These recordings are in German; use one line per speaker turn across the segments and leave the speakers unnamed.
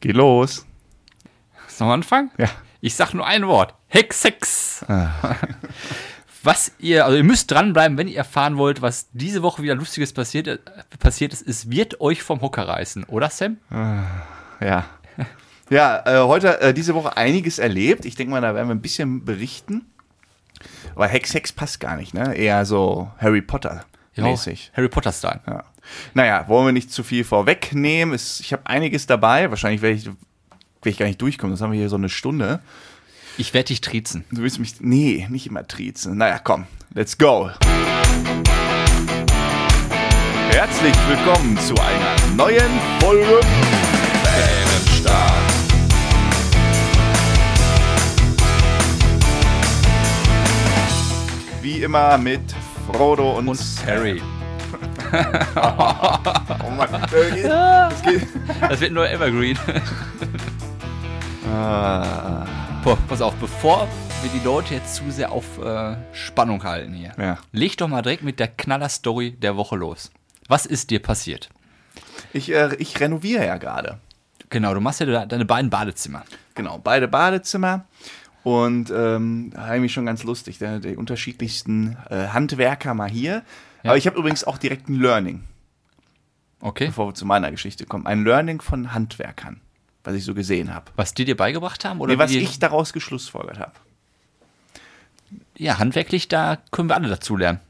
Geh los.
Sollen wir anfangen?
Ja.
Ich sag nur ein Wort. Hexex.
Ah.
Was ihr, also ihr müsst dranbleiben, wenn ihr erfahren wollt, was diese Woche wieder Lustiges passiert, äh, passiert ist. Es wird euch vom Hocker reißen, oder Sam?
Ja. Ja, äh, heute, äh, diese Woche einiges erlebt. Ich denke mal, da werden wir ein bisschen berichten. Aber Hex Hex passt gar nicht, ne? Eher so Harry Potter-mäßig.
Harry Potter-Style.
Ja. Naja, wollen wir nicht zu viel vorwegnehmen. Es, ich habe einiges dabei. Wahrscheinlich werde ich, werd ich gar nicht durchkommen. Das haben wir hier so eine Stunde.
Ich werde dich triezen.
Du willst mich. Nee, nicht immer triezen. Naja, komm, let's go. Herzlich willkommen zu einer neuen Folge Bärenstart. Wie immer mit Frodo und,
Und Harry.
Oh Mann. Äh, es geht-
Das wird nur Evergreen.
Ah,
Boah, pass auf, bevor wir die Leute jetzt zu sehr auf äh, Spannung halten hier,
Ja.
leg doch mal direkt mit der Knaller-Story der Woche los. Was ist dir passiert?
ich, äh, ich renoviere ja gerade.
Genau, du machst ja de- deine beiden Badezimmer.
Genau, beide Badezimmer. Und ähm, eigentlich schon ganz lustig, ne? die unterschiedlichsten äh, Handwerker mal hier.
Ja.
Aber ich habe übrigens auch direkt ein Learning,
Okay.
bevor wir zu meiner Geschichte kommen. Ein Learning von Handwerkern, was ich so gesehen habe.
Was die dir beigebracht haben? Oder
Nee, was
wie die,
ich daraus geschlussfolgert habe.
Ja, handwerklich, da können wir alle dazu lernen.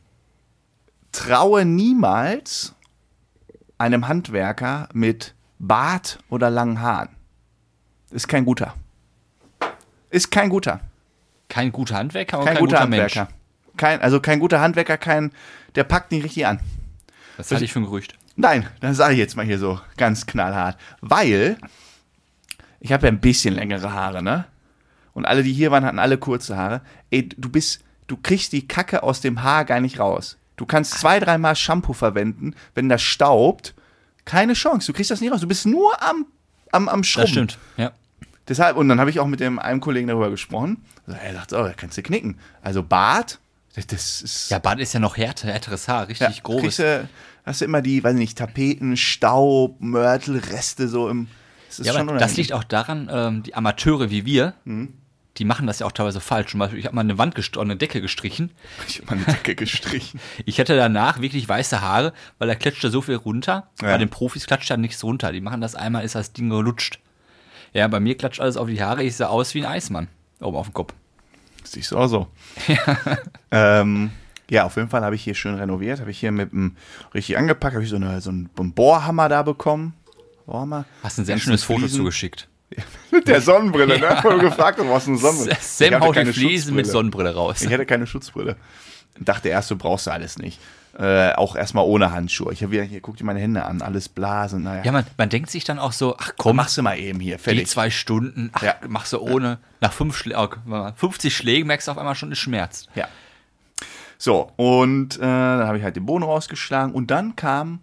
Traue niemals einem Handwerker mit Bart oder langen Haaren. Ist kein guter. Ist kein guter.
Kein guter Handwerker und
Kein,
kein,
guter,
guter,
Handwerker.
Mensch.
Kein, also kein guter Handwerker, kein, der packt nicht richtig an.
Das hatte ich für ein Gerücht.
Nein, das sage ich jetzt mal hier so ganz knallhart. Weil ich habe ja ein bisschen längere Haare, ne? Und alle, die hier waren, hatten alle kurze Haare. Ey, du bist, du kriegst die Kacke aus dem Haar gar nicht raus. Du
Ah.
kannst zwei, dreimal Shampoo verwenden, wenn das staubt. Keine Chance, du kriegst das nicht raus. Du bist nur am, am, am Schrubben.
Das stimmt. Ja.
Deshalb, und dann habe ich auch mit dem einem Kollegen darüber gesprochen. Er sagt, oh, da kannst du knicken. Also Bart, das- das ist.
ja, Bad ist ja noch härter, härteres Haar,
Ja,
richtig
kriegst
grobes.
du, hast du immer die, weiß nicht, Tapeten, Staub, Mörtel, Reste so im. Das ist
Ja,
schon
aber das
unangenehm.
liegt auch daran, ähm, die Amateure wie wir, die machen das ja auch teilweise falsch. Zum Beispiel, ich habe mal eine Wand gest- eine Decke gestrichen.
Ich habe meine Decke gestrichen.
Ich hatte danach wirklich weiße Haare, weil da klatscht da so viel runter.
Ja.
Bei den Profis klatscht da nichts runter. Die machen das einmal, ist das Ding gelutscht. Ja, bei mir klatscht alles auf die Haare. Ich sah aus wie ein Eismann. Oben auf dem Kopf.
Siehst du auch so. Ja, ähm, ja auf jeden Fall habe ich hier schön renoviert. Habe ich hier mit dem richtig angepackt. Habe ich so, eine, so einen Bohrhammer da bekommen. Bohrhammer.
Hast ein sehr schönes Foto
Fliesen.
zugeschickt.
Mit der Sonnenbrille, ne? Wurde gefragt, und was eine Sonnenbrille? Ich
Sam
hatte
haut die
keine
Fliesen mit
Schutzbrille.
Sonnenbrille raus.
Ich hatte keine Schutzbrille. Dachte erst, du brauchst du alles nicht. Äh, auch erstmal ohne Handschuhe. Ich habe wieder hier, guck dir meine Hände an, alles Blasen. Naja,
Ja, man, man denkt sich dann auch so, ach komm,
machst du mal eben hier,
die
fertig.
zwei Stunden, ach,
Ja.
machst du ohne. Nach fünf Schlä oh, warte mal, 50 Schlägen merkst du auf einmal schon, es schmerzt.
Ja. So, und äh, dann habe ich halt den Boden rausgeschlagen und dann kamen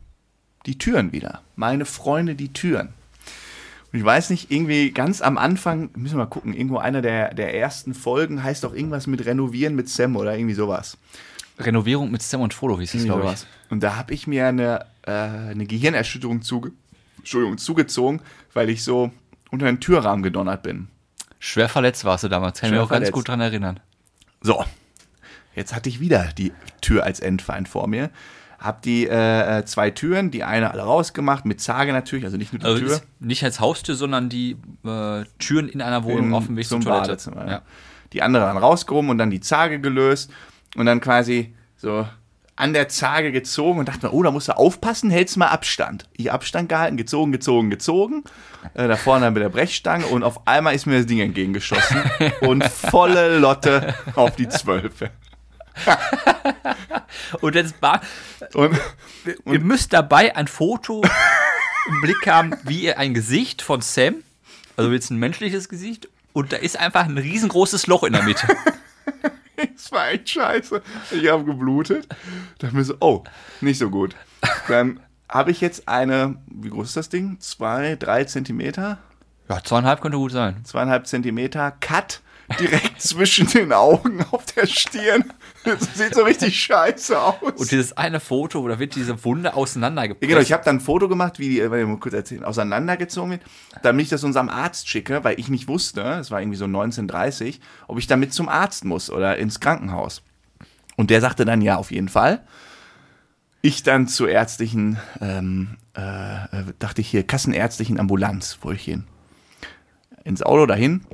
die Türen wieder. Meine Freunde, die Türen. Und ich weiß nicht, irgendwie ganz am Anfang, müssen wir mal gucken, irgendwo einer der, der ersten Folgen heißt doch irgendwas mit Renovieren mit Sam oder irgendwie sowas.
Renovierung mit Sam und Frodo hieß
Hm,
es, glaube ich.
Und da habe ich mir eine, äh, eine Gehirnerschütterung zuge Entschuldigung, zugezogen, weil ich so unter den Türrahmen gedonnert bin.
Schwer verletzt warst du damals, kann ich
Schwer
mich auch ganz
verletzt.
gut dran erinnern.
So, jetzt hatte ich wieder die Tür als Endfeind vor mir. Hab die äh, äh, zwei Türen, die eine alle rausgemacht, mit Zage natürlich, also nicht nur die
Also
Tür.
ist nicht als Haustür, sondern die äh, Türen in einer Wohnung
im-
auf dem Weg
zum
zur Toilette.
Badezimmer. Ja.
Ja.
Die andere dann rausgehoben und dann die Zage gelöst und dann quasi so an der Zage gezogen und dachte mir, oh, da musst du aufpassen, hältst mal Abstand. Ich Abstand gehalten, gezogen, gezogen, gezogen. Äh, da vorne dann mit der Brechstange und auf einmal ist mir das Ding entgegengeschossen und volle Lotte auf die Zwölfe.
Und jetzt war,
Und
ihr müsst dabei ein Foto im Blick haben, wie ihr ein Gesicht von Sam, also jetzt ein menschliches Gesicht, und da ist einfach ein riesengroßes Loch in der Mitte.
Es war echt scheiße. Ich habe geblutet. Dann mir so, oh, nicht so gut. Dann habe ich jetzt eine, wie groß ist das Ding? Zwei, drei Zentimeter?
Ja, zweieinhalb könnte gut sein.
Zweieinhalb Zentimeter Cut direkt zwischen den Augen auf der Stirn. Das sieht so richtig scheiße aus.
Und dieses eine Foto, wo da wird diese Wunde auseinandergepresst.
Ja, genau, ich habe dann ein Foto gemacht, wie die, äh, warte, ich muss kurz erzählen, auseinandergezogen wird, damit ich das unserem Arzt schicke, weil ich nicht wusste, es war irgendwie so 1930, ob ich damit zum Arzt muss oder ins Krankenhaus. Und der sagte dann ja, auf jeden Fall. Ich dann zur ärztlichen, ähm, äh, äh, dachte ich hier, kassenärztlichen Ambulanz, wo ich hin. Ins Auto dahin.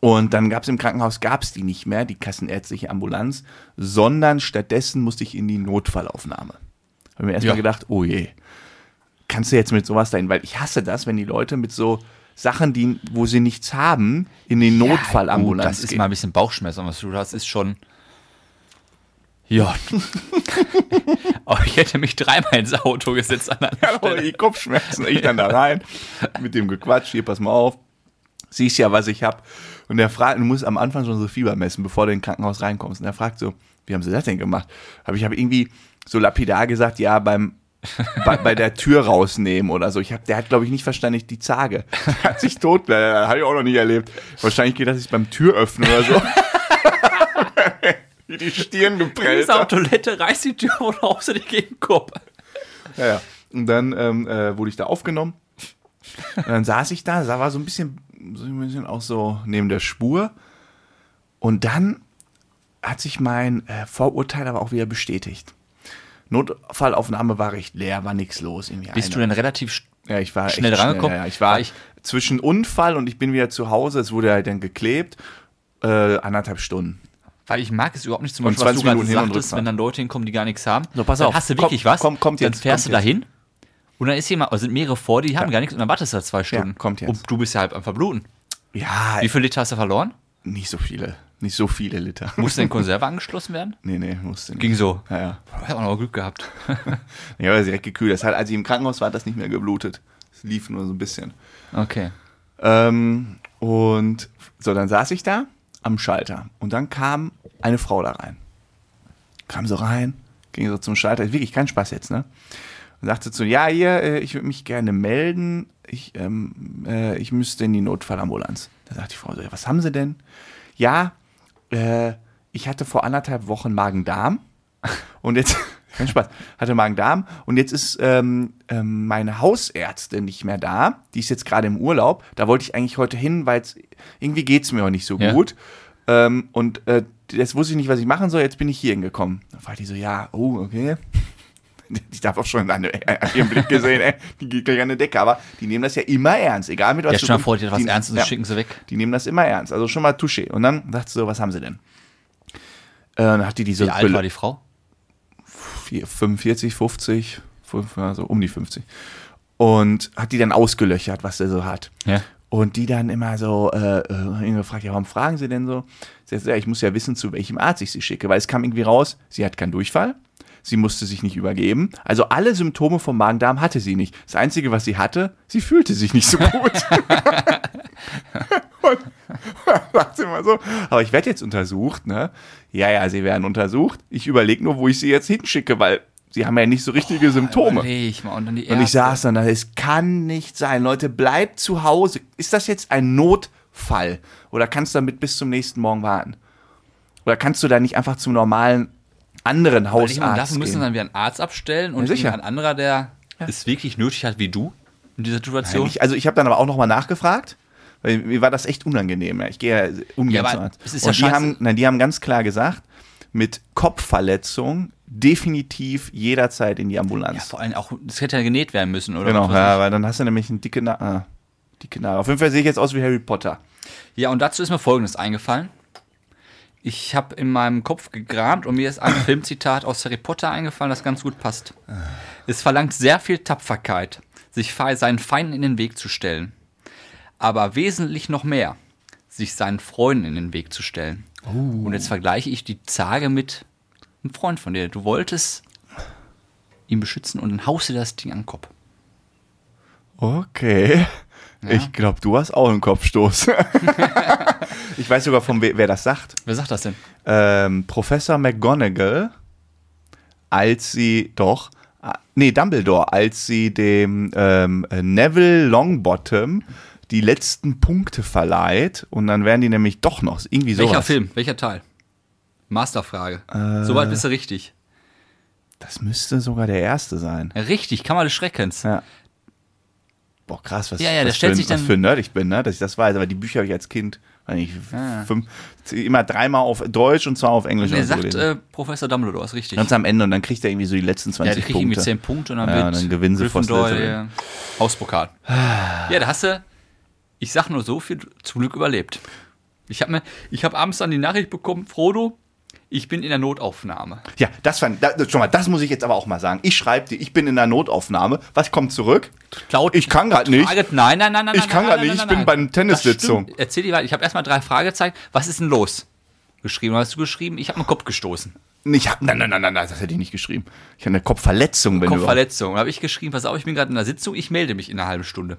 Und dann gab es im Krankenhaus, gab es die nicht mehr, die kassenärztliche Ambulanz, sondern stattdessen musste ich in die Notfallaufnahme. Habe mir erstmal
Ja.
gedacht, oh je, kannst du jetzt mit sowas dahin? Weil ich hasse das, wenn die Leute mit so Sachen, die, wo sie nichts haben, in die
Gut,
Notfallambulanz
Das ist
gehen.
mal ein bisschen Bauchschmerz, aber was du hast, ist schon. Ja. aber ich hätte mich dreimal ins Auto gesetzt an einer
Hallo,
Stelle.
ich Kopfschmerzen. Ich dann da rein, mit dem gequatscht, hier, pass mal auf. Siehst ja, was ich hab. Und er fragt, du musst am Anfang schon so Fieber messen, bevor du in ein Krankenhaus reinkommst. Und er fragt so, wie haben sie das denn gemacht? Aber ich habe irgendwie so lapidar gesagt, ja, beim bei, bei der Tür rausnehmen oder so. Ich hab, der hat, glaube ich, nicht verstanden, ich die Zage. Der hat sich tot, äh, habe ich auch noch nie erlebt. Wahrscheinlich geht das jetzt beim Türöffnen oder so. Wie die Stirn
Geh
geprellt.
auf Toilette, reiß die Tür und raus in den Gegenkorb.
Ja, ja. Und dann ähm, äh, wurde ich da aufgenommen. Und dann saß ich da, sah war so ein bisschen, so ein bisschen auch so neben der Spur. Und dann hat sich mein äh, Vorurteil aber auch wieder bestätigt. Notfallaufnahme war recht leer, war nichts los. Irgendwie
Bist du
einer.
denn relativ sch-
ja, ich war
schnell
echt
rangekommen?
ja, ja. Ich war,
War ich-
zwischen Unfall und ich bin wieder zu Hause. Es wurde halt dann geklebt. Äh, anderthalb Stunden.
Weil ich mag es überhaupt nicht zum
Und
Beispiel, was du
20
gerade
Minuten Hin- und
sagtest,
Rückfahrt.
wenn dann Leute hinkommen, die gar nichts haben.
So, pass
dann
auf,
hast du
komm,
wirklich was,
komm, kommt
dann
jetzt,
fährst
kommt
du dahin und dann ist jemand, also sind mehrere vor dir, die haben
Ja.
gar nichts und dann wartest du da zwei Stunden.
kommt jetzt.
Und du bist ja halb am Verbluten.
Ja,
Wie viele Liter hast du verloren?
nicht so viele. Nicht so viele Liter.
Musste in Konserve angeschlossen werden?
Nee, nee, musste nicht.
Ging so.
Ja, ja.
Ich hab auch noch Glück gehabt.
Ich habe direkt gekühlt. Das hat, als ich im Krankenhaus war, hat das nicht mehr geblutet. Es lief nur so ein bisschen.
Okay.
Ähm, und so, dann saß ich da am Schalter. Und dann kam eine Frau da rein. Kam so rein, ging so zum Schalter. Ist wirklich kein Spaß jetzt, ne? Und sagte so, ja, hier, äh, ich würde mich gerne melden. Ich, ähm, äh, ich müsste in die Notfallambulanz. Da sagt die Frau so, ja, was haben Sie denn? Ja, äh, ich hatte vor anderthalb Wochen Magen-Darm. Und jetzt, kein Spaß, hatte Magen-Darm. Und jetzt ist ähm, ähm, meine Hausärztin nicht mehr da. Die ist jetzt gerade im Urlaub. Da wollte ich eigentlich heute hin, weil es- irgendwie geht es mir auch nicht so
Ja.
gut. Ähm, und äh, jetzt wusste ich nicht, was ich machen soll. Jetzt bin ich hier hingekommen. Dann fragte ich so, ja, oh, okay. Ich darf auch schon an, an ihrem Blick gesehen, ey, die geht gleich an die Decke. Aber die nehmen das ja immer ernst, egal mit was
Ja, stell mal vor,
die
dir was Ernstes und
ja,
schicken sie weg.
Die nehmen das immer ernst. Also schon mal Touché. Und dann sagt sie so, was haben sie denn? Äh, dann hat die diese
Wie alt war die Frau?
vier- 45, 50, fünf- ja, so um die 50. Und hat die dann ausgelöchert, was der so hat.
Ja.
Und die dann immer so, äh, äh, irgendwie gefragt, ja, warum fragen sie denn so? Sie hat gesagt, ja, ich muss ja wissen, zu welchem Arzt ich sie schicke, weil es kam irgendwie raus, sie hat keinen Durchfall, sie musste sich nicht übergeben. Also alle Symptome vom Magen-Darm hatte sie nicht. Das Einzige, was sie hatte, sie fühlte sich nicht so gut. Und dachte immer so, aber ich werde jetzt untersucht, ne? Ja, ja, sie werden untersucht. Ich überlege nur, wo ich sie jetzt hinschicke, weil sie haben ja nicht so richtige Symptome.
Ich mal. Und, dann die
Und ich
Ärzte.
saß dann da, es kann nicht sein. Leute, bleibt zu Hause. Ist das jetzt ein Notfall? Oder kannst du damit bis zum nächsten Morgen warten? Oder kannst du da nicht einfach zum normalen anderen
Weil ich meine,
Hausarzt
dafür müssen
gehen?
dann wir einen Arzt abstellen und
Ja, sicher.
ein anderer, der es wirklich nötig hat, wie du in dieser Situation.
Ich, also ich habe dann aber auch nochmal nachgefragt, weil mir war das echt unangenehm. Ja. Ich gehe ja
Ja,
ungern
aber
zum Arzt.
es ist ja
Und die,
scheiße.
haben, nein, die haben ganz klar gesagt, mit Kopfverletzung definitiv jederzeit in die
ja,
Ambulanz.
vor allem auch, das hätte ja genäht werden müssen, oder?
genau,
Was weiß
ja, weil dann hast du nämlich einen dicke, Na äh, dicke Narbe. Auf jeden Fall sehe ich jetzt aus wie Harry Potter.
ich. ja, und dazu ist mir Folgendes eingefallen. Ich habe in meinem Kopf gegramt und mir ist ein Filmzitat aus Harry Potter eingefallen, das ganz gut passt. Es verlangt sehr viel Tapferkeit, sich fe- seinen Feinden in den Weg zu stellen. Aber wesentlich noch mehr, sich seinen Freunden in den Weg zu stellen. Und jetzt vergleiche ich die Zage mit einem Freund von dir. Du wolltest ihn beschützen und dann haust du das Ding an den Kopf.
Okay. Ich glaube, du hast auch einen Kopfstoß. ich weiß sogar, von we wer das sagt.
Wer sagt das denn?
Ähm, Professor McGonagall, als sie doch, ah, nee, Dumbledore, als sie dem ähm, äh, Neville Longbottom die letzten Punkte verleiht und dann werden die nämlich doch noch irgendwie so.
Welcher Film? Welcher Teil? Masterfrage. Soweit bist du richtig.
Das müsste sogar der erste sein.
Richtig, Kammer des Schreckens.
Ja. Boah, krass, was,
Ja, ja, der
was,
stellt
für, ein-
sich dann-
was für ein Nerd ich bin, ne? dass ich das weiß. Aber die Bücher habe ich als Kind, weiß nicht,
Ah,
fünf, immer dreimal auf Deutsch und zwar auf Englisch.
Er
oder so
sagt
gelesen.
äh, Professor Dumbledore, ist richtig.
Ganz am Ende und dann kriegt er irgendwie so die letzten
Ja,
20
die kriegen
Punkte.
irgendwie 10 Punkte und dann
Ja,
wird
dann gewinnen sie
Gryffindor
Fossil.
der Hauspokal. Ja, da hast du, ich sag nur so viel, zum Glück überlebt. Ich habe hab abends dann die Nachricht bekommen, Frodo, ich bin in der Notaufnahme.
Ja, das fand, da, schon mal, das muss ich jetzt aber auch mal sagen. Ich schreibe dir, ich bin in der Notaufnahme. Was kommt zurück?
Klaut
Ich kann gerade nicht.
Frage, nein, nein, nein, nein.
Ich
nein,
kann
nein,
grad
nein,
nicht,
nein,
ich bin
nein.
bei einer Tennissitzung.
Das stimmt. Erzähl dir weiter. Ich habe erstmal drei Fragezeichen. Was ist denn los? Geschrieben hast du geschrieben, ich habe einen Kopf gestoßen.
Ich hab, nein, nein, nein, nein, nein, das hätte ich nicht geschrieben. Ich habe eine Kopfverletzung, wenn du.
Kopfverletzung. Da habe ich geschrieben, pass auf, ich bin gerade in einer Sitzung, ich melde mich in einer halben Stunde.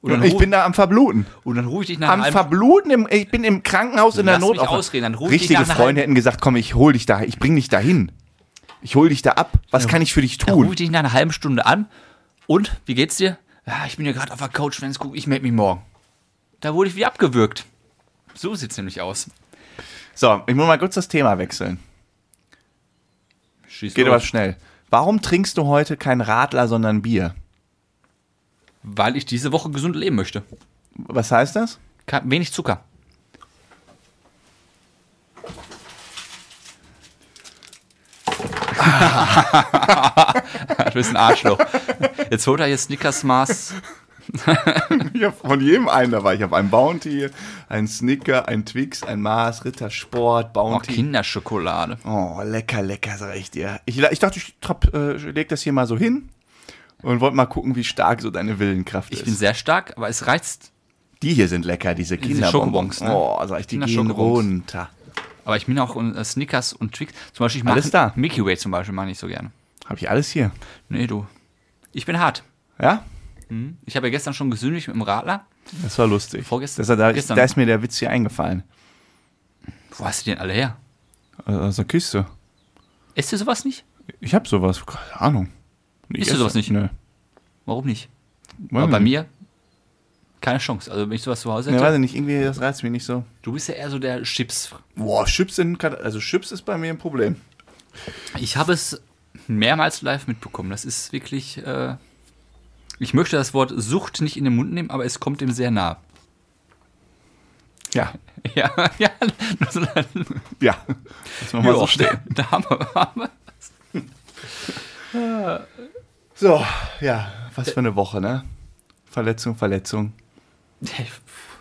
Und dann,
Ich
ru-
bin da am Verbluten.
und dann rufe ich dich nach
Am
einer halben
Verbluten, im, ich bin im Krankenhaus in der
Lass mich
Notaufnahme.
ausreden, dann ruf dich
Richtige
nach einer halben-
Freunde hätten gesagt, komm, ich hol dich da, ich bring dich dahin. Ich hol dich da ab. Was kann ich für dich
Dann rufe ich
tun?
dich nach einer halben Stunde an. Und, wie geht's dir? Ja, ich bin ja gerade auf der Couch, wenn's guckt, ich melde mich morgen. Da wurde ich wie abgewürgt. So sieht's nämlich aus.
So, ich muss mal kurz das Thema wechseln.
Schieß
Geht
los.
aber schnell. Warum trinkst du heute kein Radler, sondern Bier?
Weil ich diese Woche gesund leben möchte.
Was heißt das?
Kein- Wenig Zucker. du bist ein Arschloch. Jetzt holt er hier Snickers Mars.
Ich hab von jedem einen dabei. Ich habe ein Bounty, ein Snicker, ein Twix, ein Mars, Ritter Sport,
Oh,
Bounty.
Kinderschokolade.
Oh, lecker, lecker, sag ich dir. Ich, la- ich dachte, ich trapp, äh, leg das hier mal so hin und wollte mal gucken, wie stark so deine Willenkraft
Ich
ist.
bin sehr stark, aber es reizt.
die hier sind lecker, diese Kinderbonbons.
Schokobons, ne?
Oh, sag ich, die gehen
Kinderschokobons.
runter.
Aber ich bin auch äh, Snickers und Twix. Zum Beispiel, ich
Alles da.
mag Milky Way zum Beispiel mag ich so gerne.
Hab ich alles hier.
Nee, du. Ich bin hart.
Ja?
Ich habe ja gestern schon gesündigt mit dem Radler.
Das war lustig.
Vorgestern-
Das, da,
gestern.
da ist mir der Witz hier eingefallen.
Wo hast du den alle her?
Äh, Aus der Kiste.
Esst ihr sowas nicht?
Ich hab sowas, keine Ahnung. Ich
Isst du
esse-
sowas nicht?
Nö.
Warum nicht?
Weiß
Aber bei
ich nicht.
mir keine Chance. Also wenn ich sowas zu Hause
Ja,
hätte,
weiß ich nicht, irgendwie, das reizt mich nicht so.
du bist ja eher so der Chips.
Boah, Chips sind, kat- also Chips ist bei mir ein Problem.
Ich habe es mehrmals live mitbekommen. Das ist wirklich. Äh, ich möchte das Wort Sucht nicht in den Mund nehmen, aber es kommt dem sehr nah.
Ja,
Ja, ja. nur so-
ja. Lass mal mal so
Ja,
stehen.
Da haben wir, haben wir.
So, ja, was für eine Woche, ne? Verletzung, Verletzung.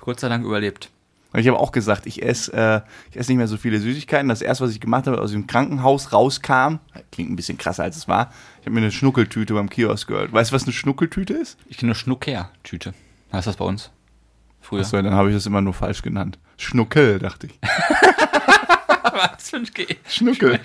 Gott sei Dank überlebt.
Und ich habe auch gesagt, ich esse äh, ich esse nicht mehr so viele Süßigkeiten. Das erste, was ich gemacht habe, als ich im Krankenhaus rauskam, klingt ein bisschen krasser, als es war, ich habe mir eine Schnuckeltüte beim Kiosk gehört. Weißt du, was eine Schnuckeltüte ist?
Ich kenne Schnucker-Tüte. Heißt das bei uns? Früher.
Achso, dann habe ich das immer nur falsch genannt. Schnuckel, dachte ich.
Was für ein Ge-
Schnuckel.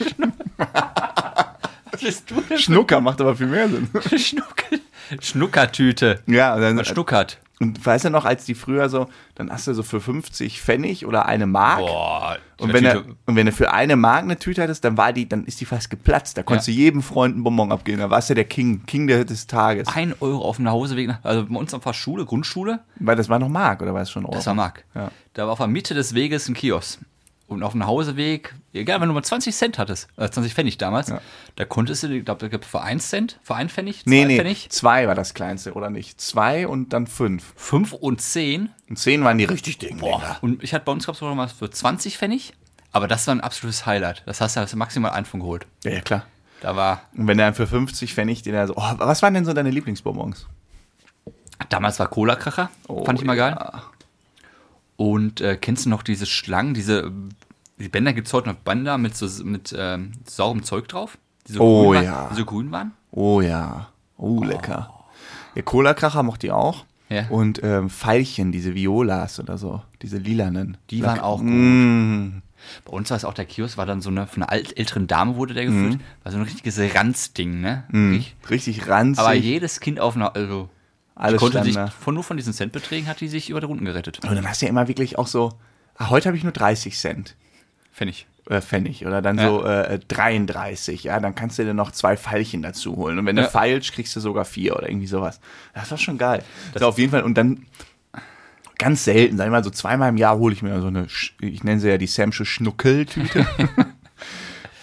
Was bist du denn
Schnucker macht aber viel mehr Sinn.
für eine Schnuckel? Schnuckertüte.
Ja, also, äh, und dann,
Man schnuckert.
Und weißt du noch, als die früher so, dann hast du so für 50 Pfennig oder eine Mark.
Boah.
Und wenn, er, und wenn er für eine Mark eine Tüte hattest, dann war die, dann ist die fast geplatzt. Da konntest
Ja.
du jedem Freund einen Bonbon abgeben. Da warst du der King, King der- des Tages.
ein Euro auf dem Nachhauseweg, nach- also bei uns auf der Schule, Grundschule,
Weil das war noch Mark, oder war es schon Euro?
das war Mark.
Ja.
Da war auf der Mitte des Weges ein Kiosk. Und auf dem Nachhauseweg, egal, wenn du mal 20 Cent hattest, äh, 20 Pfennig damals,
Ja.
da konntest du, ich glaube, für 1 Cent, für 1 Pfennig, 2
nee, nee,
Pfennig,
zwei war das kleinste, oder nicht? Zwei und dann fünf.
5 und 10.
Und zehn waren die richtig dicken. Boah.
Und ich hatte bei uns, gab es noch was für 20 Pfennig, aber das war ein absolutes Highlight. Das hast du hast du maximal einen von geholt.
Ja, ja, klar.
Da war,
Und wenn dann für 50 Pfennig, den er so, oh, was waren denn so deine Lieblingsbonbons?
damals war Cola-Kracher,
Oh,
fand ich immer geil.
ja.
Und äh, kennst du noch diese Schlangen, diese die Bänder gibt es heute noch Bänder mit so mit ähm, saurem Zeug drauf? Die so
Oh,
grün waren,
ja.
Die so grün waren?
Oh ja. Oh, lecker. Ja, Cola-Kracher mochte ich auch.
Ja.
Und ähm, Veilchen, diese Violas oder so, diese lilanen.
Die waren auch gut.
Mm.
Bei uns war es auch der Kiosk, war dann so eine von einer alt, älteren Dame wurde der geführt.
Mm.
War so ein richtiges Ranzding, ne? Richtig.
Richtig ranzig.
Aber jedes Kind auf einer, also die
Alles
konnte
stand
sich
da.
von nur von diesen Centbeträgen hat die sich über die Runden gerettet.
Und dann hast du ja immer wirklich auch so, ah, heute habe ich nur 30 Cent.
Pfennig.
äh, Pfennig oder dann
Ja.
so äh, 33, ja, dann kannst du dir noch zwei Pfeilchen dazu holen und wenn
Ja.
du feilst, kriegst du sogar vier oder irgendwie sowas. Das war schon geil. Das auf jeden Fall und dann ganz selten, sag ich mal, so zweimal im Jahr hole ich mir so eine, Sch- ich nenne sie ja die Samsche Schnuckeltüte.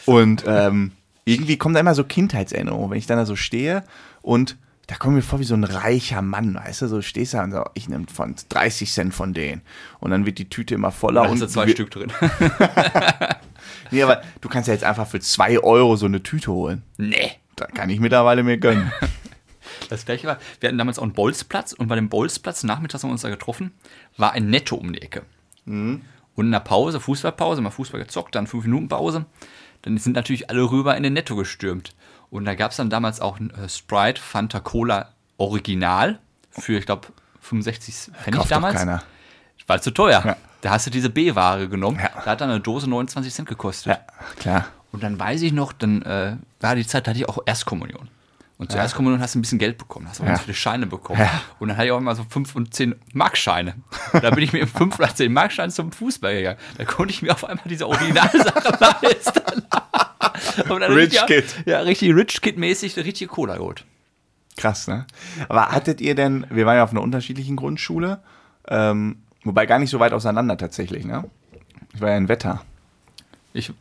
und ähm, irgendwie kommen da immer so Kindheitserinnerungen, wenn ich dann da so stehe und da kommen mir vor wie so ein reicher Mann, weißt du, so stehst du da und so, ich nehme von 30 Cent von denen. Und dann wird die Tüte immer voller.
Da sind
und
so zwei
wir-
Stück drin.
Nee, aber du kannst ja jetzt einfach für 2 Euro so eine Tüte holen.
nee.
Da kann ich mittlerweile mir gönnen.
Das gleiche war, wir hatten damals auch einen Bolzplatz und bei dem Bolzplatz, nachmittags haben wir uns da getroffen, war ein Netto um die Ecke.
Mhm.
Und in der Pause, Fußballpause, mal Fußball gezockt, dann 5-Minuten-Pause, dann sind natürlich alle rüber in den Netto gestürmt. Und da gab es dann damals auch ein äh, Sprite Fanta Cola Original für, ich glaube, 65 Pfennig
Kauft
damals.
doch keiner.
War zu teuer.
Ja.
Da hast du diese B-Ware genommen.
Ja.
Da hat dann eine Dose 29 Cent gekostet.
Ja, klar.
Und dann weiß ich noch, dann äh, war die Zeit, da hatte ich auch Erstkommunion. Und zur Erstkommunion hast du ein bisschen Geld bekommen, hast auch ganz
Ja.
viele Scheine bekommen.
Ja.
Und dann hatte ich auch immer so 5 und 10 Markscheine. Und Da bin ich mit dem 5 oder 10 Markschein zum Fußball gegangen. Da konnte ich mir auf einmal diese Originalsache leisten. Und dann
Rich
richtig,
Kid.
Ja, richtig Rich Kid-mäßig eine richtige Cola geholt.
Krass, ne? Aber hattet ihr denn, wir waren ja auf einer unterschiedlichen Grundschule, ähm, wobei gar nicht so weit auseinander tatsächlich, ne? Ich war ja in Wetter.
Ich,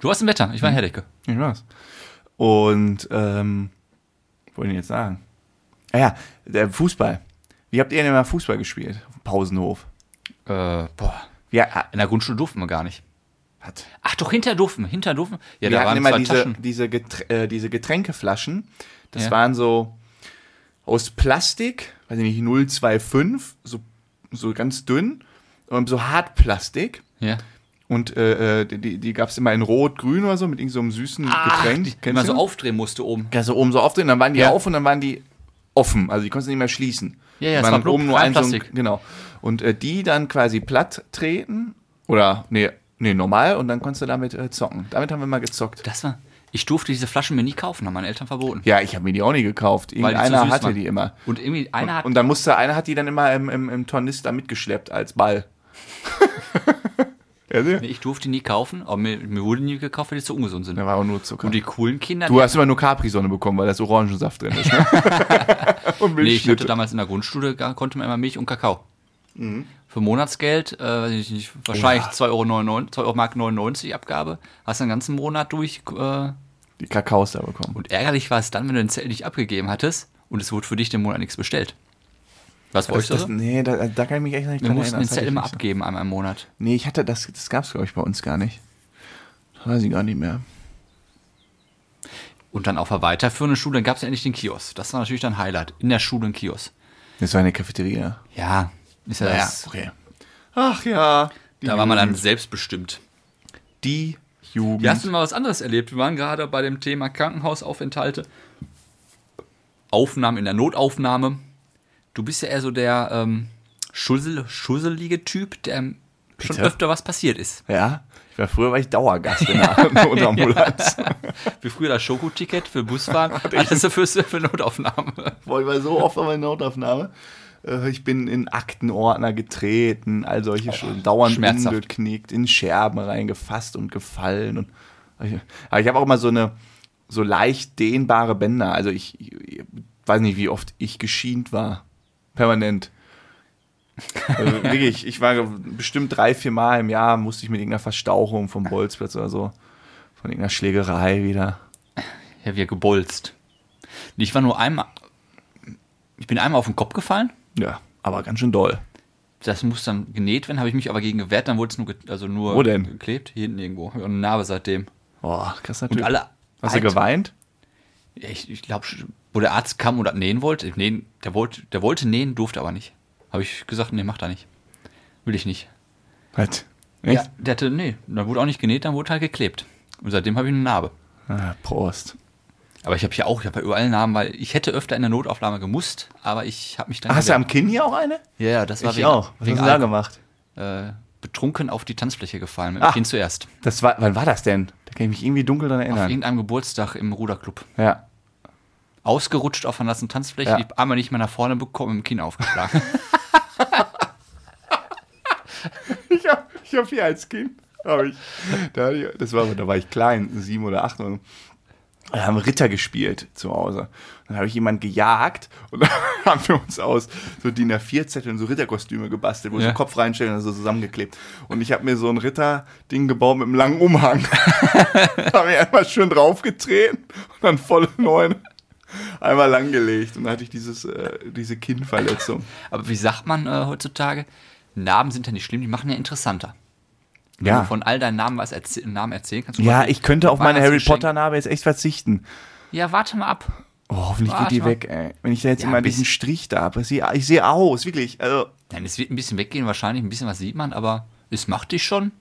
du warst im Wetter, ich war in
Hm.
Herdecke.
Ich weiß. Und, ähm, was wollte ich jetzt sagen? Ah ja, der Fußball. Wie habt ihr denn immer Fußball gespielt? Auf dem Pausenhof.
Äh, boah,
Ja, ha-
in der Grundschule durften wir gar nicht.
hat.
Ach doch, hinter durften, hinter durften. Ja,
Wir
da
hatten
waren
immer
zwei
diese,
Taschen.
diese, Geträ äh, diese Getränkeflaschen. Das
Ja.
waren so aus Plastik, weiß ich nicht, 025, so, so ganz dünn, und so Hartplastik.
Ja.
Und äh, äh, die- die, die gab es immer in Rot, Grün oder so mit irgendeinem so einem süßen Getränk.
die, die
Kennst
man so
du?
aufdrehen musste oben.
Ja, so oben so aufdrehen, dann waren die
Ja.
auf und dann waren die offen. Also die konntest du nicht mehr schließen.
Ja, ja,
die
es
waren
war bloß
oben nur
rein
ein so ein,
Plastik.
Genau. Und äh, die dann quasi platt treten oder nee, nee, normal und dann konntest du damit äh, zocken. Damit haben wir mal gezockt.
Das war. Ich durfte diese Flaschen mir nie kaufen, haben meine Eltern verboten.
Ja, ich habe mir die auch nie gekauft.
Weil die zu
Irgendeiner
süß
hatte
waren.
die immer.
Und irgendwie einer hat.
Und dann musste, einer hat die dann immer im, im, im Tornister mitgeschleppt als Ball. ja,
Nee,
nee.
ich durfte die nie kaufen, aber mir, mir wurde nie gekauft, weil die zu ungesund sind.
Da war auch nur Zucker.
Und die coolen Kinder.
Du hast immer nur Capri-Sonne bekommen, weil da so Orangensaft drin ist. Ne? und
nee, ich hatte
Milchschnitte.
damals in der Grundschule, da konnte man immer Milch und Kakao.
Mhm.
Für Monatsgeld, äh, weiß ich nicht, wahrscheinlich 2,99 Euro, 2,99 Mark 99 Abgabe, hast den ganzen Monat durch. Äh,
Die Kakaos da bekommen.
und ärgerlich war es dann, wenn du den Zettel nicht abgegeben hattest und es wurde für dich den Monat nichts bestellt. Was bei euch
Das,
so?
das, nee, da, da kann ich mich echt nicht
Wir
dran
mussten
erinnern.
den
Das hatte
Zettel
ich
immer
nicht so.
abgeben, einmal im Monat.
Nee, ich hatte das, das gab es, glaube ich, bei uns gar nicht. Das weiß ich gar nicht mehr.
Und dann auf der weiterführenden Schule, dann gab es ja endlich den Kiosk. Das war natürlich dann Highlight. In der Schule ein Kiosk.
Das war eine Cafeteria.
Ja, ist ja, das.
okay. Ach ja. Die
Da war man dann
Jugend.
selbstbestimmt.
Die Jugend.
Wir hast du mal was anderes erlebt. Wir waren gerade bei dem Thema Krankenhausaufenthalte. Aufnahmen in der Notaufnahme. Du bist ja eher so der ähm, schussel, schusselige Typ, der ähm, schon
Bitte?
öfter was passiert ist.
Ja, ich war früher war ich Dauergast in der Notambulanz.
Wie früher das Schokoticket für Busfahren, alles dafür für Notaufnahme.
Boah, ich war so oft auf meiner Notaufnahme. Äh, Ich bin in Aktenordner getreten, all solche Schulden, dauernd
schmerzhaft.
umgeknickt, in Scherben reingefasst und gefallen. Und aber ich habe auch immer so eine so leicht dehnbare Bänder. Also ich, ich weiß nicht, wie oft ich geschient war. Permanent. Also wirklich, ich war bestimmt drei, vier Mal im Jahr, musste ich mit irgendeiner Verstauchung vom Bolzplatz oder so, von irgendeiner Schlägerei wieder.
Ja, wir gebolzt. Ich war nur einmal. Ich bin einmal auf den Kopf gefallen.
Ja, aber ganz schön doll.
Das muss dann genäht werden, habe ich mich aber gegen gewehrt, dann wurde es nur, ge- also nur
Wo denn?
geklebt. Hier hinten irgendwo. Ich habe eine Narbe seitdem.
Boah, krasser
Und
Typ.
alle.
Oh, Hast du
Alter,
geweint?
ja, Ich, ich glaube, wo der Arzt kam und das nähen wollte, äh, nähen, der wollte, der wollte nähen, durfte aber nicht. Habe ich gesagt, nee, mach da nicht. Will ich nicht.
Was? Halt. Echt?
Ja, der hatte, nee, dann wurde auch nicht genäht, dann wurde halt geklebt. Und seitdem habe ich eine Narbe.
Ah, Prost.
Aber ich habe ja auch, ich habe ja überall Narben, weil ich hätte öfter in der Notaufnahme gemusst, aber ich habe mich dann.
Ah, Hast du
gewehrt.
am Kinn hier auch eine?
ja, ja, das war
Ich
wegen,
auch. Was hast du
wegen
da
Alkohol.
gemacht?
äh, betrunken auf die Tanzfläche gefallen. Mit
Ah.
dem Kind zuerst.
Das war, wann war das denn? Da kann ich mich irgendwie dunkel dran
Auf
erinnern.
irgendeinem Geburtstag im Ruderclub.
Ja.
Ausgerutscht auf einer nassen Tanzfläche,
Ja.
die Arme nicht mehr nach vorne bekommen, im Kinn aufgeschlagen.
Ich hab, ich hab hier als Kind, hab ich, da, hatte ich- das war, aber- da war ich klein, sieben oder acht. Und Wir haben Ritter gespielt zu Hause. Dann habe ich jemanden gejagt und dann haben wir uns aus so DIN A4-Zetteln so Ritterkostüme gebastelt, wo ich
Ja.
den Kopf reinstellen und so zusammengeklebt. Und ich habe mir so ein Ritter-Ding gebaut mit einem langen Umhang. habe mir einmal schön draufgetreten und dann volle neun einmal langgelegt. Und dann hatte ich dieses, äh, diese Kinnverletzung.
Aber wie sagt man äh, heutzutage? Namen sind ja nicht schlimm, die machen ja interessanter. Wenn
Ja.
du von all deinen Namen was erzäh Namen erzählen kannst. du-
Ja, ich könnte auf meine Harry
Weihnachtsgeschenk.
Potter-Narbe jetzt echt verzichten.
Ja, warte mal ab.
Oh, hoffentlich
Warte
geht die
mal.
weg, ey. Wenn ich da jetzt
Ja,
immer
bis-
diesen Strich da habe. Ich sehe ich sehe aus, wirklich. Also,
Nein, es wird ein bisschen weggehen wahrscheinlich, ein bisschen was sieht man, aber es macht dich schon.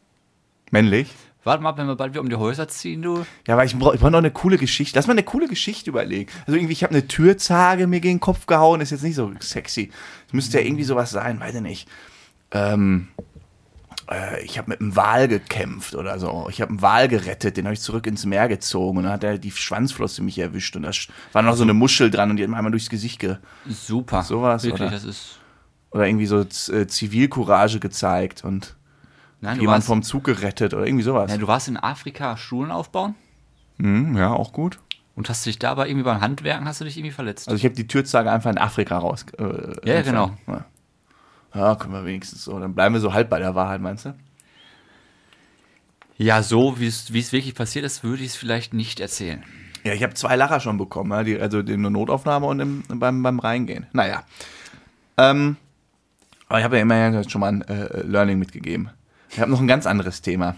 männlich.
Warte mal, wenn wir bald wieder um die Häuser ziehen, du.
Ja, aber ich brauche ich brauch noch eine coole Geschichte. Lass mal eine coole Geschichte überlegen. Also irgendwie, ich habe eine Türzage mir gegen den Kopf gehauen, ist jetzt nicht so sexy. Es müsste ja irgendwie sowas sein, weiß ich nicht. Ähm, äh, ich habe mit einem Wal gekämpft oder so. Ich habe einen Wal gerettet, den habe ich zurück ins Meer gezogen und dann hat er die Schwanzflosse mich erwischt und da sch- war noch so eine Muschel dran und die hat mir einmal durchs Gesicht ge...
Super.
Sowas,
Wirklich,
oder?
das ist.
Oder irgendwie so Z- äh, Zivilcourage gezeigt und
Nein, du
jemand
warst,
vom Zug gerettet oder irgendwie sowas.
nein, du warst in Afrika Schulen aufbauen
Hm, ja, auch gut.
und hast dich dabei irgendwie beim Handwerken hast du dich irgendwie verletzt.
Also ich habe die Türzage einfach in Afrika raus. Äh,
Ja,
entfernt.
genau.
Ja. ja, können wir wenigstens so. Dann bleiben wir so halb bei der Wahrheit, meinst du?
ja, so wie es wie es wirklich passiert ist, würde ich es vielleicht nicht erzählen.
Ja, ich habe zwei Lacher schon bekommen, ja, die, also in der Notaufnahme und im, beim, beim Reingehen. Naja. Ähm, aber ich habe ja immerhin schon mal ein äh, Learning mitgegeben. Ich habe noch ein ganz anderes Thema.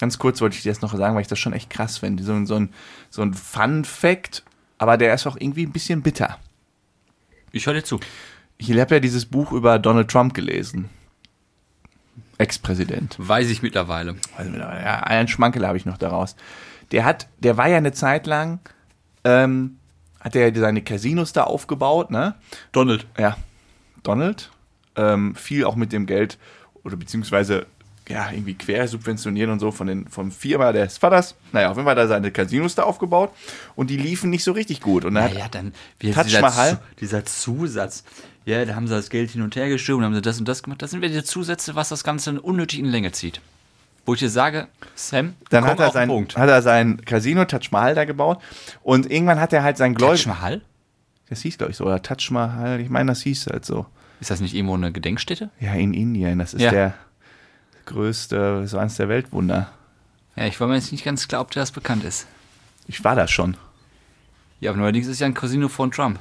Ganz kurz wollte ich dir das noch sagen, weil ich das schon echt krass finde. So, ein- so ein, so ein Fun-Fact, aber der ist auch irgendwie ein bisschen bitter.
Ich höre dir zu.
Ich habe ja dieses Buch über Donald Trump gelesen. Ex-Präsident.
Weiß ich mittlerweile.
Also, ja, einen Schmankel habe ich noch daraus. Der hat, der war ja eine Zeit lang, ähm, hat er seine Casinos da aufgebaut, ne?
Donald.
Ja. Donald. Ähm, viel auch mit dem Geld oder beziehungsweise ja, irgendwie quer subventionieren und so von den, vom Firma des Vaters. Naja, auf jeden Fall hat er seine Casinos da aufgebaut und die liefen nicht so richtig gut. Und er hat
Naja, dann wir,
Taj
dieser,
Mahal?
Zu, dieser Zusatz. Ja, da haben sie das Geld hin und her geschoben, haben sie das und das gemacht. Das sind wieder die Zusätze, was das Ganze unnötig in Länge zieht. Wo ich dir sage, Sam,
Dann
komm
hat
auf
er,
den
sein,
Punkt.
hat er sein Casino Taj Mahal da gebaut und irgendwann hat er halt sein
Taj
Gläubiger.
Mahal?
Das hieß, glaube ich, so, oder Taj Mahal. Ich meine, das hieß halt so.
Ist das nicht irgendwo eine Gedenkstätte?
Ja, in Indien. Das ist
Ja.
der größte, das ist eins der Weltwunder.
Ja, ich war mir jetzt nicht ganz klar, ob dir das bekannt ist.
Ich war da schon.
Ja, aber neuerdings ist ja ein Casino von Trump.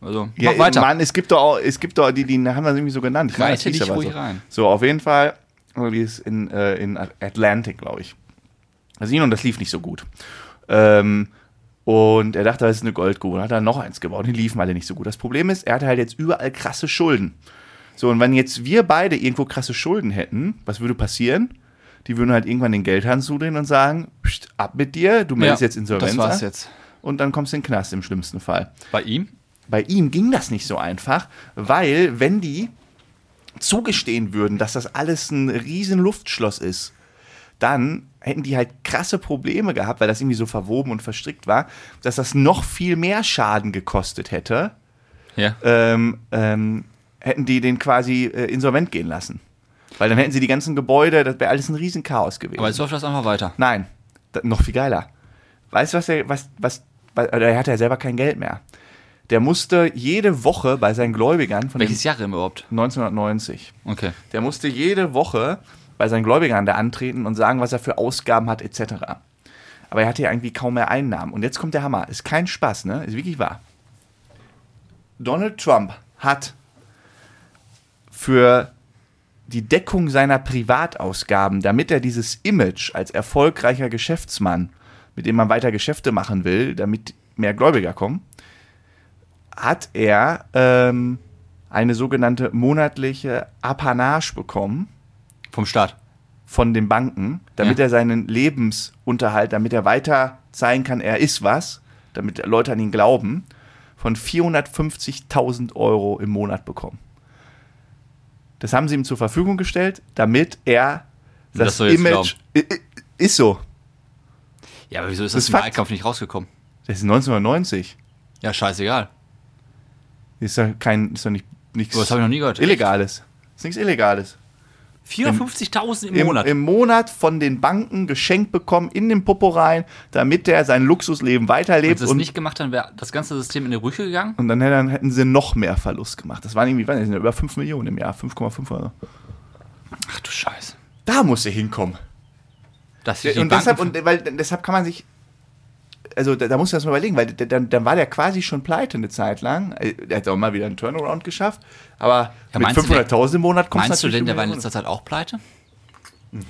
Also,
Ja,
mach weiter.
Mann, es gibt doch, auch, es gibt doch die, die haben das irgendwie so genannt. Ich meine, das
Reite
hieß
dich
aber
ruhig
so.
rein.
So, auf jeden Fall, also die ist in, äh, in Atlantic, glaube ich. Casino und das lief nicht so gut. Ähm, und er dachte, das ist eine Goldgrube. Dann hat er noch eins gebaut. Die liefen alle nicht so gut. Das Problem ist, er hatte halt jetzt überall krasse Schulden. So, und wenn jetzt wir beide irgendwo krasse Schulden hätten, was würde passieren? Die würden halt irgendwann den Geldhahn zudrehen und sagen, pst, ab mit dir, du meldest jetzt Insolvenz
Das war's
an
jetzt.
und dann kommst du in den Knast im schlimmsten Fall
Bei ihm?
bei ihm ging das nicht so einfach, weil wenn die zugestehen würden, dass das alles ein riesen Luftschloss ist, dann hätten die halt krasse Probleme gehabt, weil das irgendwie so verwoben und verstrickt war, dass das noch viel mehr Schaden gekostet hätte,
Ja.
ähm, ähm, hätten die den quasi äh, insolvent gehen lassen. Weil dann hätten sie die ganzen Gebäude, das wäre alles ein Riesenchaos gewesen.
Aber jetzt läuft das einfach weiter.
Nein, da, noch viel geiler. Weißt du, was er, was, was, was, oder er hatte ja selber kein Geld mehr. Der musste jede Woche bei seinen Gläubigern von
Welches Jahr denn überhaupt?
den 1990,
Okay.
der musste jede Woche bei seinen Gläubigern da antreten und sagen, was er für Ausgaben hat, etc. Aber er hatte ja irgendwie kaum mehr Einnahmen. Und jetzt kommt der Hammer. Ist kein Spaß, ne? Ist wirklich wahr. Donald Trump hat für die Deckung seiner Privatausgaben, damit er dieses Image als erfolgreicher Geschäftsmann, mit dem man weiter Geschäfte machen will, damit mehr Gläubiger kommen, hat er ähm, eine sogenannte monatliche Apanage bekommen
Vom Staat.
von den Banken, damit
Ja.
er seinen Lebensunterhalt, damit er weiter zeigen kann, er ist was, damit Leute an ihn glauben, von 450.000 Euro im Monat bekommen. Das haben sie ihm zur Verfügung gestellt, damit er
Das
das,
soll jetzt
Image I- I- ist so.
Ja, aber wieso ist
Das
das,
ist
im
Fakt.
Wahlkampf nicht rausgekommen?
Das ist 1990.
Ja, scheißegal.
Ist ja kein, ist doch nicht nichts
Aber Oh, das habe ich noch nie gehört.
Illegales. Ist nichts Illegales.
54.000 im,
im,
Monat.
im Monat von den Banken geschenkt bekommen in den Popo rein, damit der sein Luxusleben
Wenn
weiterlebt.
sie das nicht gemacht haben, wäre das ganze System in die Brüche gegangen.
und dann hätten, hätten sie noch mehr Verlust gemacht. Das waren irgendwie, weiß nicht, über 5 Millionen im Jahr, 5,5 oder so.
Ach du Scheiße.
Da muss er hinkommen.
Dass sich die
und,
Banken
deshalb, und weil, deshalb kann man sich. Also da, da muss man das mal überlegen, weil d- dann, dann war der quasi schon pleite eine Zeit lang. Äh, Der hat auch mal wieder einen Turnaround geschafft. Aber
Ja,
mit
meinst du,
500.000 im Monat kommt
Meinst du denn, der war in letzter Zeit halt auch pleite? Hm.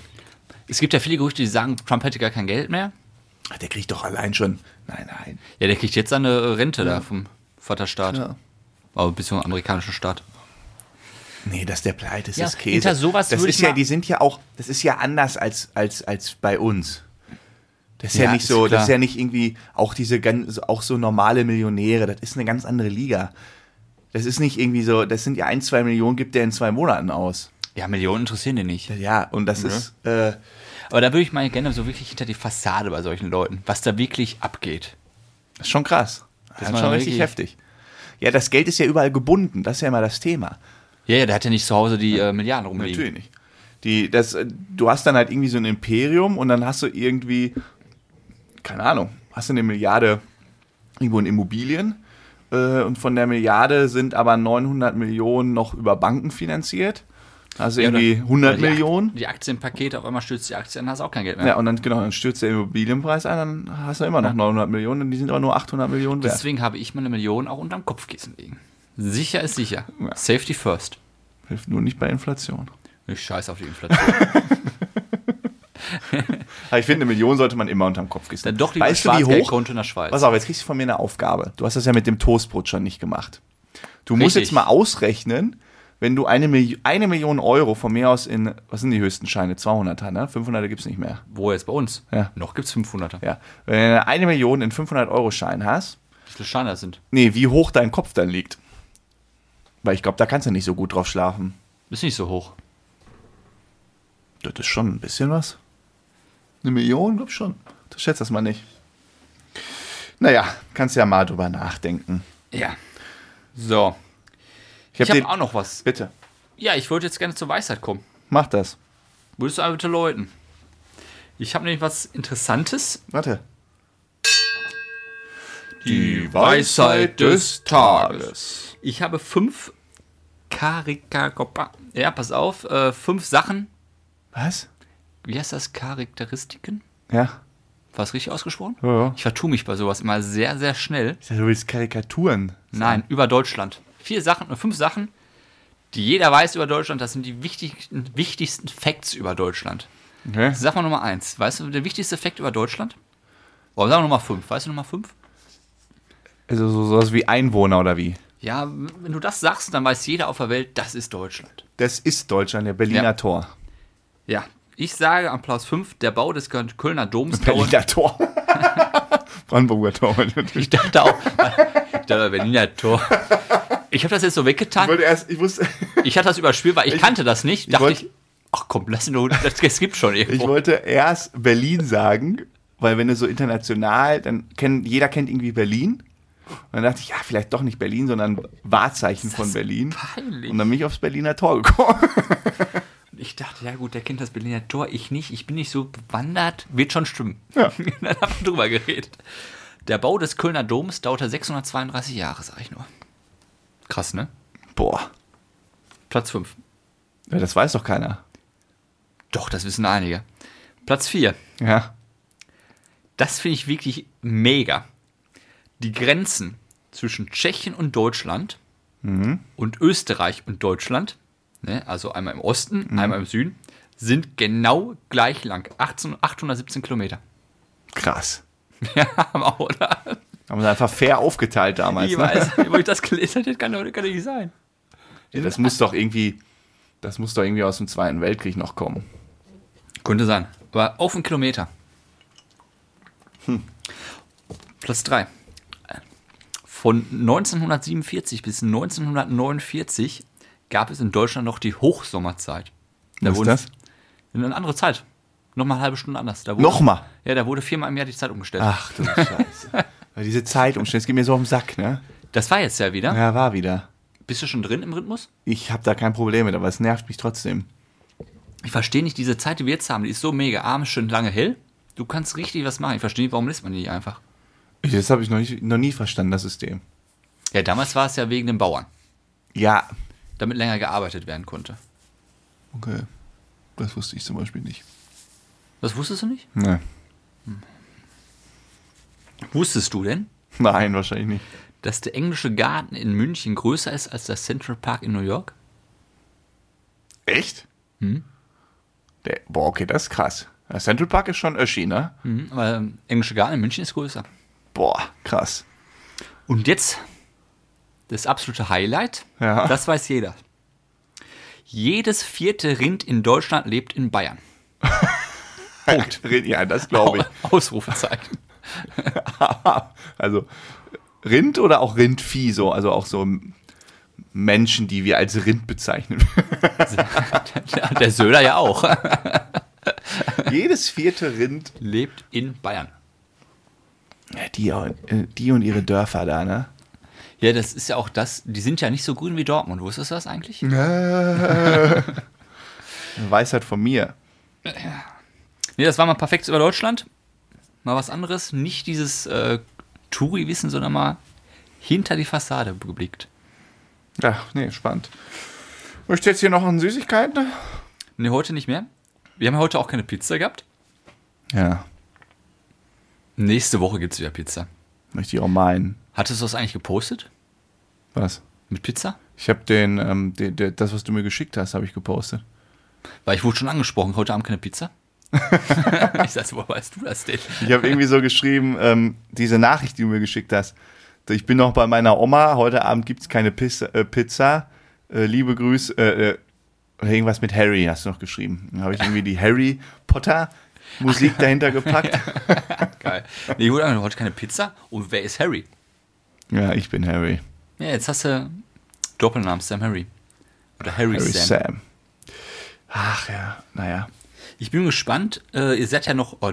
Es gibt ja viele Gerüchte, die sagen, Trump hätte gar kein Geld mehr.
Der kriegt doch allein schon. Nein, nein.
Ja, der kriegt jetzt seine äh, Rente da vom Vaterstaat.
Ja.
Aber bis zum amerikanischen Staat.
Nee, dass der pleite ist,
Ja,
ist Käse.
hinter sowas
das
würde
ist
ich
ja,
mal-
die sind ja auch, das ist ja anders als, als, als bei uns. Das ist ja,
Ja,
nicht
ist
so, das ist
klar.
ja nicht irgendwie auch diese ganz, auch so normale Millionäre, das ist eine ganz andere Liga. Das ist nicht irgendwie so, das sind ja ein, zwei Millionen gibt der in zwei Monaten aus.
Ja, Millionen interessieren den nicht.
Ja, und das ist, äh,
Aber da würde ich mal gerne so wirklich hinter die Fassade bei solchen Leuten, was da wirklich abgeht.
das ist schon krass. Das
Das
ist
war
schon richtig
wirklich-
heftig. Ja, das Geld ist ja überall gebunden, das ist ja immer das Thema.
Ja, ja, der hat ja nicht zu Hause die äh, Milliarden rumliegen.
Natürlich nicht. Die, das, äh, du hast dann halt irgendwie so ein Imperium und dann hast du irgendwie, keine Ahnung, hast du eine Milliarde irgendwo in Immobilien äh, und von der Milliarde sind aber 900 Millionen noch über Banken finanziert. Also
Ja, oder-
irgendwie 100
oder die Ak-
Millionen.
Die Aktienpakete, auf einmal stürzt die Aktie, dann hast du auch kein Geld mehr.
Ja, und dann, genau, dann stürzt der Immobilienpreis ein, dann hast du immer noch 900 Millionen und die sind aber nur 800 Millionen wert.
Deswegen habe ich meine Millionen auch unterm Kopfkissen liegen. Sicher ist sicher. Safety first.
Hilft nur nicht bei Inflation.
Ich scheiß auf die Inflation.
Aber ich finde, eine Million sollte man immer unterm Kopf gießen.
Dann Äh, doch lieber
weißt du, wie hoch
Schwarzgeldkonto in der Schweiz.
Pass auf, jetzt kriegst du von mir eine Aufgabe. Du hast das ja mit dem Toastbrot schon nicht gemacht. Du musst
Richtig.
jetzt mal ausrechnen, wenn du eine, Mil eine Million Euro von mir aus in, was sind die höchsten Scheine? 200er, ne? 500er gibt's nicht mehr.
Wo jetzt bei uns?
Ja.
Noch gibt es 500er.
Ja. Wenn du eine Million in 500-Euro-Schein hast,
Wie viele Steine das sind?
nee, wie hoch dein Kopf dann liegt. Weil ich glaube, da kannst du nicht so gut drauf schlafen.
Ist nicht so hoch.
Das ist schon ein bisschen was. Eine Million, glaub ich schon. Du schätzt das mal nicht. Naja, kannst ja mal drüber nachdenken.
Ja. So.
Ich
Ich
habe
habe
den.
auch noch was.
Bitte,
Ja, ich würde jetzt gerne zur Weisheit kommen.
mach das.
Würdest du einmal bitte läuten? Ich habe nämlich was Interessantes.
Warte.
Die Weisheit des Tages. Ich habe fünf Karikakopa. Ja, pass auf. Äh, fünf Sachen.
Was?
Wie heißt das? Charakteristiken?
Ja.
War es richtig ausgesprochen?
Ja, ja.
Ich vertue mich bei sowas immer sehr, sehr schnell.
Oh, Ich dachte, du willst Karikaturen.
Nein, über Deutschland. Vier Sachen, äh, fünf Sachen, die jeder weiß über Deutschland. Das sind die wichtigsten, wichtigsten Facts über Deutschland.
Okay.
Sag mal Nummer eins. Weißt du, der wichtigste Fact über Deutschland? Oder sagen wir Nummer fünf. Weißt du Nummer fünf?
Also so, sowas wie Einwohner oder wie?
Ja, wenn du das sagst, dann weiß jeder auf der Welt, das ist Deutschland.
Das ist Deutschland, der Berliner
Ja.
Tor.
Ja. Ich sage am Platz 5, der Bau des Kölner Doms dauert.
Berliner Tor. Brandenburger Tor.
Ich dachte auch, ich dachte, Berliner Tor. Ich habe das jetzt so
Ich
weggetan.
wollte erst, ich wusste,
Ich hatte das überspielt, weil ich kannte das nicht. Dachte
wollte-
ich, ach komm, lass ihn doch, das, das gibt schon
ich
irgendwo.
wollte erst Berlin sagen, weil wenn du so international, dann kennt jeder kennt irgendwie Berlin. Und dann dachte ich, ja, vielleicht doch nicht Berlin, sondern Wahrzeichen von Berlin.
peinlich.
Und dann bin ich aufs Berliner Tor gekommen.
Ich dachte, ja gut, der kennt das Berliner Tor, ich nicht, ich bin nicht so bewandert, wird schon stimmen.
Ja.
Dann haben wir drüber geredet. Der Bau des Kölner Doms dauerte 632 Jahre, sag ich nur. Krass, ne?
Boah,
Platz 5.
ja, das weiß doch keiner.
Doch, das wissen einige. Platz 4.
Ja.
Das finde ich wirklich mega. Die Grenzen zwischen Tschechien und Deutschland und Österreich und Deutschland, ne, also einmal im Osten, einmal im Süden, sind genau gleich lang. 18, 817 Kilometer.
Krass.
Ja, aber, oder?
Haben sie einfach fair aufgeteilt damals.
Ich
Ne?
weiß, nicht, wo ich das gelesen hätte, kann doch kann doch nicht sein.
Ja, das muss doch irgendwie, das muss doch irgendwie aus dem Zweiten Weltkrieg noch kommen.
Könnte sein. Aber auf einen Kilometer.
Hm.
Platz 3. Von 1947 bis 1949 gab es in Deutschland noch die Hochsommerzeit. Da
Was ist
wurde-
das?
Eine andere Zeit. Nochmal eine halbe Stunde anders. Da wurde,
Nochmal?
Ja, da wurde viermal im Jahr die Zeit umgestellt.
Ach du Scheiße. Weil diese Zeitumstände, es geht mir so auf den Sack, ne?
Das war jetzt ja wieder.
Ja, war wieder.
Bist du schon drin im Rhythmus?
Ich habe da kein Problem mit, aber es nervt mich trotzdem.
Ich verstehe nicht diese Zeit, die wir jetzt haben, die ist so mega. Abends schön lange hell. Du kannst richtig was machen. Ich verstehe nicht, warum lässt man die nicht einfach.
Das habe ich noch, nicht, noch nie verstanden, das System.
Ja, damals war es ja wegen den Bauern,
Ja,
damit länger gearbeitet werden konnte.
okay. Das wusste ich zum Beispiel nicht.
Das wusstest du nicht?
Nee.
Wusstest du denn,
Nein, wahrscheinlich nicht.
dass der englische Garten in München größer ist als der Central Park in New York?
Echt? Hm? Der, boah, okay, das ist krass. Der Central Park ist schon Öschi, ne?
Mhm, aber der englische Garten in München ist größer.
Boah, krass.
Und jetzt das absolute Highlight.
Ja.
Das weiß jeder. Jedes vierte Rind in Deutschland lebt in Bayern. Punkt.
Ja, das glaube ich.
Ausrufezeichen.
also Rind oder auch Rindvieh, so, also auch so Menschen, die wir als Rind bezeichnen.
Ja, Der Söder ja auch.
Jedes vierte Rind.
Lebt in Bayern.
Die, äh, die und ihre Dörfer da, ne?
Ja, das ist ja auch das. Die sind ja nicht so grün wie Dortmund. Wusstest du das eigentlich?
Weisheit von mir.
Nee, das war mal perfekt über Deutschland. Mal was anderes. Nicht dieses äh, Touri-Wissen, sondern mal hinter die Fassade geblickt.
Ach, nee, spannend. Möchtest du jetzt hier noch eine Süßigkeit? Ne?
Nee, heute nicht mehr. Wir haben ja heute auch keine Pizza gehabt.
Ja,
Nächste Woche gibt es wieder Pizza.
möchte ich auch meinen.
Hattest du das eigentlich gepostet?
Was?
Mit Pizza?
Ich habe den, ähm, den, der- das, was du mir geschickt hast, habe ich gepostet.
Weil ich wurde schon angesprochen, heute Abend keine Pizza. ich sag, woher weißt du das denn?
Ich habe irgendwie so geschrieben, ähm, diese Nachricht, die du mir geschickt hast. Ich bin noch bei meiner Oma, heute Abend gibt es keine Pizza. Äh, Pizza. Äh, liebe Grüße. Äh, äh, irgendwas mit Harry hast du noch geschrieben. Dann habe ich irgendwie die Harry Potter Musik dahinter gepackt.
Geil. Nee, ich wurde angesprochen, heute keine Pizza. Und wer ist Harry?
Ja, ich bin Harry.
Ja, jetzt hast du Doppelnamen Sam Harry. Oder Harry,
Harry
Sam.
Sam. Ach ja, naja.
Ich bin gespannt, äh, ihr seid ja noch, oh,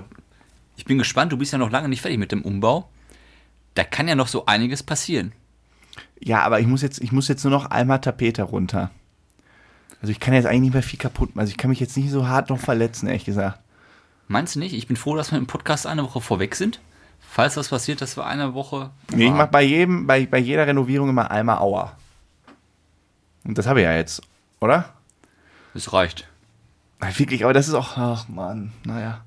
ich bin gespannt, du bist ja noch lange nicht fertig mit dem Umbau. Da kann ja noch so einiges passieren.
Ja, aber ich muss jetzt, ich muss jetzt nur noch einmal Tapete runter. Also ich kann jetzt eigentlich nicht mehr viel kaputt machen. Also ich kann mich jetzt nicht so hart noch verletzen, ehrlich gesagt.
Meinst du nicht? Ich bin froh, dass wir im Podcast eine Woche vorweg sind. Falls was passiert, dass wir eine Woche.
Nee, ich
Ah,
mache bei jedem, bei, bei jeder Renovierung immer einmal Aua. Und das habe ich ja jetzt, oder?
Es reicht.
Ah, Wirklich, aber das ist auch, ach Mann, naja.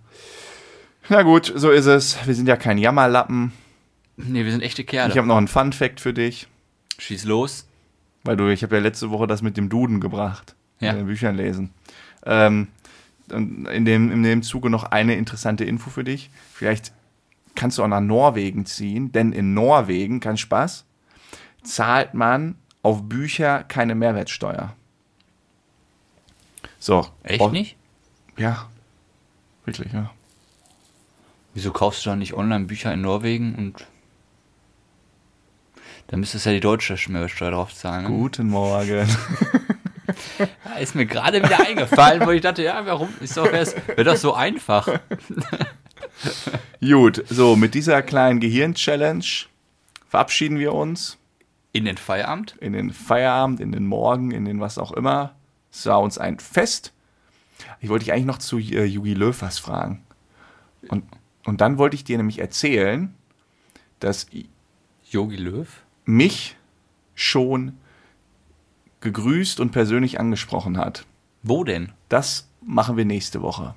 Na gut, so ist es. Wir sind ja kein Jammerlappen.
Nee, wir sind echte
Ich
Kerle.
habe noch einen Fun Fact für dich,
Schieß los.
weil du, ich habe ja letzte Woche das mit dem Duden gebracht.
Ja.
Mit den Büchern lesen. Ähm, und in dem, in dem Zuge noch eine interessante Info für dich. Vielleicht kannst du auch nach Norwegen ziehen, denn in Norwegen, kein Spaß, zahlt man auf Bücher keine Mehrwertsteuer. So.
Echt
Brauch-
nicht?
Ja. Wirklich, ja.
Wieso kaufst du dann nicht online Bücher in Norwegen und. Da müsstest du ja die deutsche Mehrwertsteuer drauf zahlen. Ne?
Guten Morgen.
Ja, ist mir gerade wieder eingefallen, wo ich dachte, ja, warum? Ist doch erst, wäre doch so einfach.
Gut, so, mit dieser kleinen Gehirn-Challenge verabschieden wir uns
In den Feierabend?
in den Feierabend, in den Morgen, in den was auch immer. Es war uns ein Fest. Ich wollte dich eigentlich noch zu äh, Yugi Löw was fragen. Und, und dann wollte ich dir nämlich erzählen, dass i-
Yogi Löw?
mich schon gegrüßt und persönlich angesprochen hat.
Wo denn?
Das machen wir nächste Woche.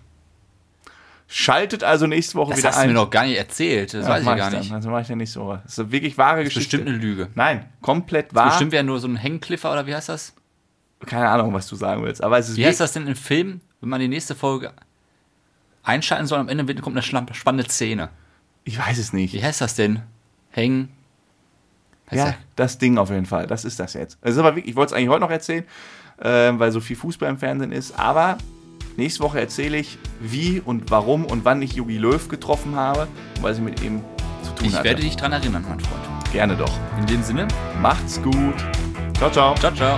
Schaltet also nächste Woche
Das
wieder
hast
ein.
du mir noch gar nicht erzählt. Das
Ja,
weiß
mach
ich gar
dann. ne?
nicht.
Das mache ich dann nächste Woche. Das ist wirklich wahre Geschichte.
Bestimmt eine Lüge.
Nein, komplett wahr.
Bestimmt wäre nur so ein Hangcliffer oder wie heißt das?
Keine Ahnung, was du sagen willst. Aber es ist
Wie heißt das denn im Film, wenn man die nächste Folge einschalten soll? Am Ende wird- kommt eine schlamp- spannende Szene.
Ich weiß es nicht.
Wie heißt das denn? Hang. Heißt
Ja,
der-
das Ding auf jeden Fall. Das ist das jetzt. Das ist aber wirklich, ich wollte es eigentlich heute noch erzählen, äh, weil so viel Fußball im Fernsehen ist. Aber nächste Woche erzähle ich, wie und warum und wann ich Jogi Löw getroffen habe und was ich mit ihm zu tun
Ich
hatte.
werde dich dran erinnern, mein Freund.
Gerne doch.
In dem Sinne,
Macht's gut. Ciao, ciao.
ciao, ciao.